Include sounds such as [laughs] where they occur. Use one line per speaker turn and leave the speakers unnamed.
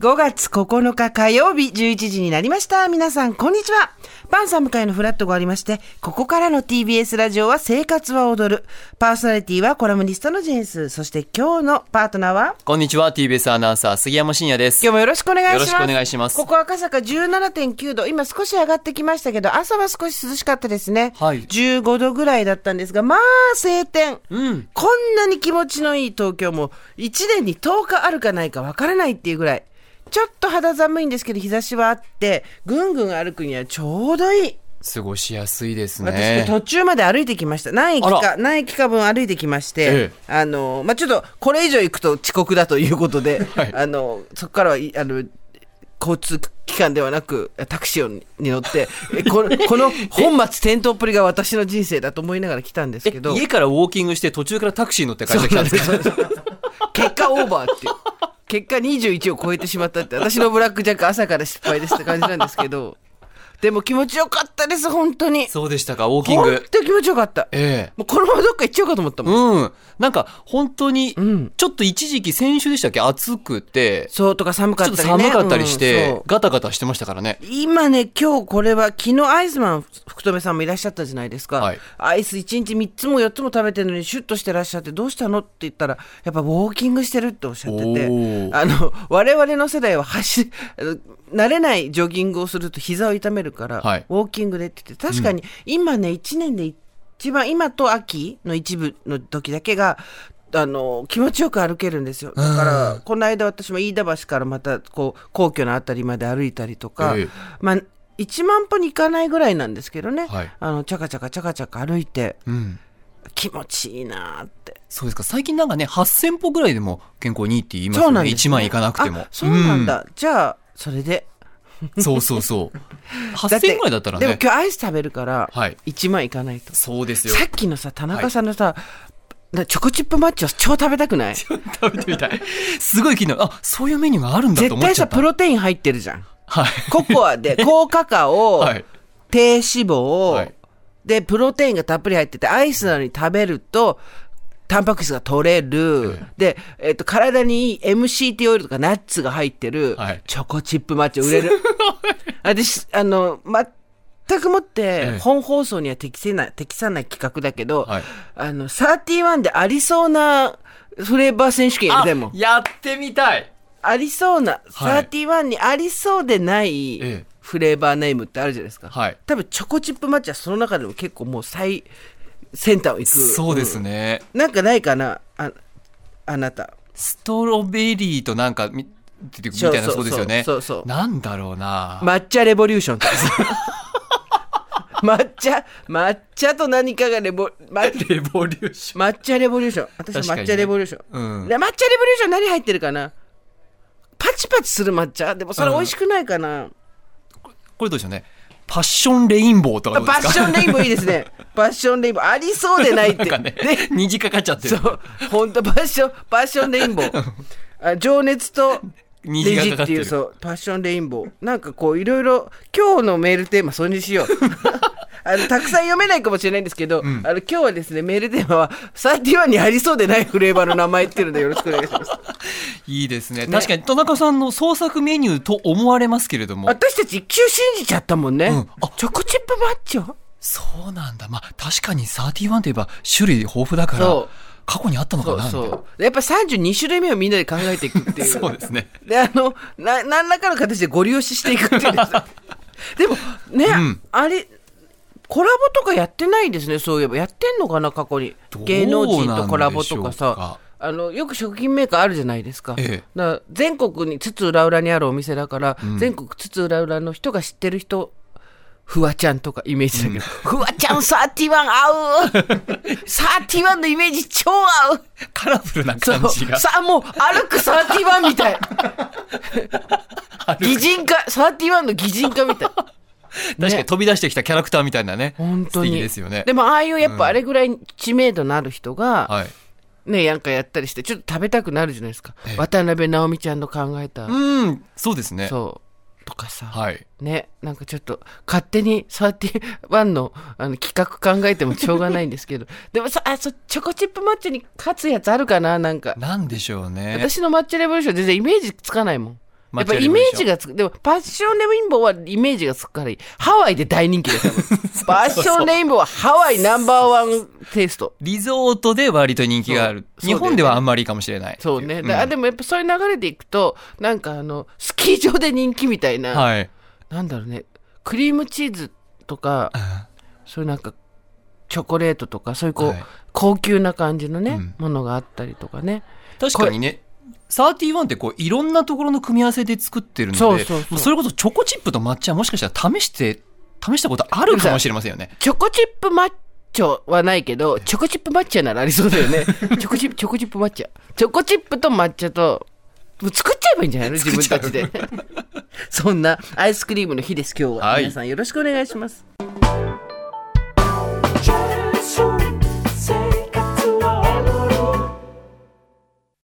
5月9日火曜日11時になりました。皆さん、こんにちは。パンサム会のフラットがありまして、ここからの TBS ラジオは生活は踊る。パーソナリティはコラムニストのジェンス。そして今日のパートナーは
こんにちは。TBS アナウンサー、杉山真也です。
今日もよろしくお願いします。
よろしくお願いします。
ここ赤坂17.9度。今少し上がってきましたけど、朝は少し涼しかったですね。はい。15度ぐらいだったんですが、まあ晴天。うん。こんなに気持ちのいい東京も、1年に10日あるかないかわからないっていうぐらい。ちょっと肌寒いんですけど、日差しはあって、ぐんぐん歩くにはちょうどいい。
過ごしやすいです
ね。私、途中まで歩いてきました。何駅か、何駅か分歩いてきまして、ええ、あの、まあ、ちょっと、これ以上行くと遅刻だということ
[laughs]
で、はい、あの、そこからは、あの、交通機関ではなく、タクシーに乗って、
[laughs]
この、この本末転倒っぷりが私の人生だと思いながら来たんですけど。
家からウォーキングして、途中からタクシー乗って会社来たんですか
[laughs] 結果オーバーっていう。結果21を超えてしまったって、私のブラックジャック朝から失敗ですって感じなんですけど。でも気持ちよかったです、本当に。
そうでしたか、ウォーキング。
本当気持ちよかった。ええもうこのままどっか行っちゃうかと思ったも
ん。うん。なんか、本当に、ちょっと一時期、先週でしたっけ暑くて。
そうとか寒かったり、ね、
寒かったりして、うん、ガタガタしてましたからね。
今ね、今日これは、昨日アイスマン福留さんもいらっしゃったじゃないですか。はい、アイス1日3つも4つも食べてるのに、シュッとしてらっしゃって、どうしたのって言ったら、やっぱウォーキングしてるっておっしゃってて、あの、我々の世代は走、慣れないジョギングをすると膝を痛めるから、はい、ウォーキングでって言って、確かに今ね、1年で一番、今と秋の一部の時だけが、あの、気持ちよく歩けるんですよ。だから、この間私も飯田橋からまた、こう、皇居の辺りまで歩いたりとか、えー、まあ、1万歩に行かないぐらいなんですけどね、はい、あの、ちゃかちゃかちゃかちゃか歩いて、うん、気持ちいいなって。
そうですか。最近なんかね、8000歩ぐらいでも健康にいいって言いますよね。そうね1万いかなくても。
そうなんだ。うん、じゃあ、それで
そうそうそう。8000円ぐらいだったらね。
でも今日アイス食べるから、1万いかないと、はい。
そうですよ。
さっきのさ、田中さんのさ、はい、チョコチップマッチョ超食べたく
[laughs]
ない
食べてみたい。すごい気になる。あ、そういうメニューがあるんだと思っ
絶
ち
対さ、プロテイン入ってるじゃん。はい。ココアで、高カカオ、はい、低脂肪、はい、で、プロテインがたっぷり入ってて、アイスなのに食べると、タンパク質が取れる、で、えっ、ー、と、体にいい MCT オイルとかナッツが入ってる、はい、チョコチップマッチ売れる。私、あの、全くもって、本放送には適せない、適さない企画だけど、はい、あの、31でありそうなフレーバー選手権やりたいもん。
やってみたい
ありそうな、はい、31にありそうでない、ええ、フレーバーネームってあるじゃないですか。はい、多分チョコチップマッチはその中でも結構もう最、センターを行く。
そうですね。
うん、なんかないかなあ、あなた。
ストロベリーとなんかみ、みたいなそうですよね。そうそうなんだろうな。
抹茶レボリューションとか。 [laughs] 抹茶、抹茶と何かがレボ、
レボリューショ
ン。抹茶レボリューション。私抹茶レボリューション。ねうん、抹茶レボリューション何入ってるかなパチパチする抹茶でもそれ美味しくないかな、うん、
これどうでしょうね。パッションレインボーとか
パッションレインボーいいですね。パッションレインボー。ありそうでないって。
なん [laughs] ね、虹かかっちゃってる。
そう。本当パッション、パッションレインボー。あ情熱と、虹がかかっていう、そう、パッションレインボー。なんかこう、いろいろ、今日のメールテーマ、それにし [laughs] よう。あの、たくさん読めないかもしれないんですけど、うん、あの、今日はですね、メールテーマは、サーティワンにありそうでないフレーバーの名前っていうのでよろしくお願いします。
いいですね。確かに田中さんの創作メニューと思われますけれども。
私たち一級信じちゃったもんね。うん、あチョコチップマッチョ
そうなんだ。まあ確かに31といえば種類豊富だから。過去にあったのかな
そうやっぱ32種類目をみんなで考えていくって [laughs] いう
そうですね
であのな何らかの形でご利用ししていくっていう [laughs] でもね、うん、あれコラボとかやってないですねそういえばやってんのかな過去に芸能人とコラボとかさあのよく食品メーカーあるじゃないですか,ええ、だから全国に津々浦々にあるお店だから、うん、全国津々浦々の人が知ってる人フワちゃんとかイメージだけど、うん、フワちゃん31合う [laughs] !31 のイメージ超合う
カラフルな感じが。
さ、もう歩く31みたい。擬人化、31の擬人化みたい。
確かに飛び出してきたキャラクターみたいなね。
[laughs] 本当に。
ですよね。
でもああいうやっぱあれぐらい知名度のある人が、うん、はいね、やんかやったりして、ちょっと食べたくなるじゃないですか。ええ、渡辺直美ちゃんの考えた。
うん、そうですね。
そう。とかさ。はい。ね、なんかちょっと、勝手に31のあの企画考えてもしょうがないんですけど。でもさ、あ、そ、チョコチップマッチに勝つやつあるかななんか。
なんでしょうね。
私のマッチレボリューション全然イメージつかないもん。やっぱイメージがつく。でも、パッションレインボーはイメージがつくからいい。ハワイで大人気 [laughs] ですよ。パッションレインボーはハワイナンバーワンテイスト。
リゾートで割と人気がある。
そう
日本ではあんまりかもしれない。
そうね。
ん
だでもやっぱそういう流れでいくと、なんかあの、スキー場で人気みたいな、
はい。
なんだろうね、クリームチーズとか、そういうなんか、チョコレートとか、そういうこう、
はい
高級な感じのね、
うん
ものがあったりとかね。
確かにね。31ってこういろんなところの組み合わせで作ってるので、
そうそうそう
もそれこそチョコチップと抹茶もしかしたら試して、試したことあるかもしれませんよね。
チョコチップマッチョはないけど、チョコチップ抹茶ならありそうだよ
[laughs]
ね。チョコチップ、チョコチップ抹茶。チョコチップと抹茶と、もう作っちゃえばいいんじゃないの自分た
[laughs]
ちで。そんなアイスクリームの日です、今日は。
はい
皆さんよろしくお願いします。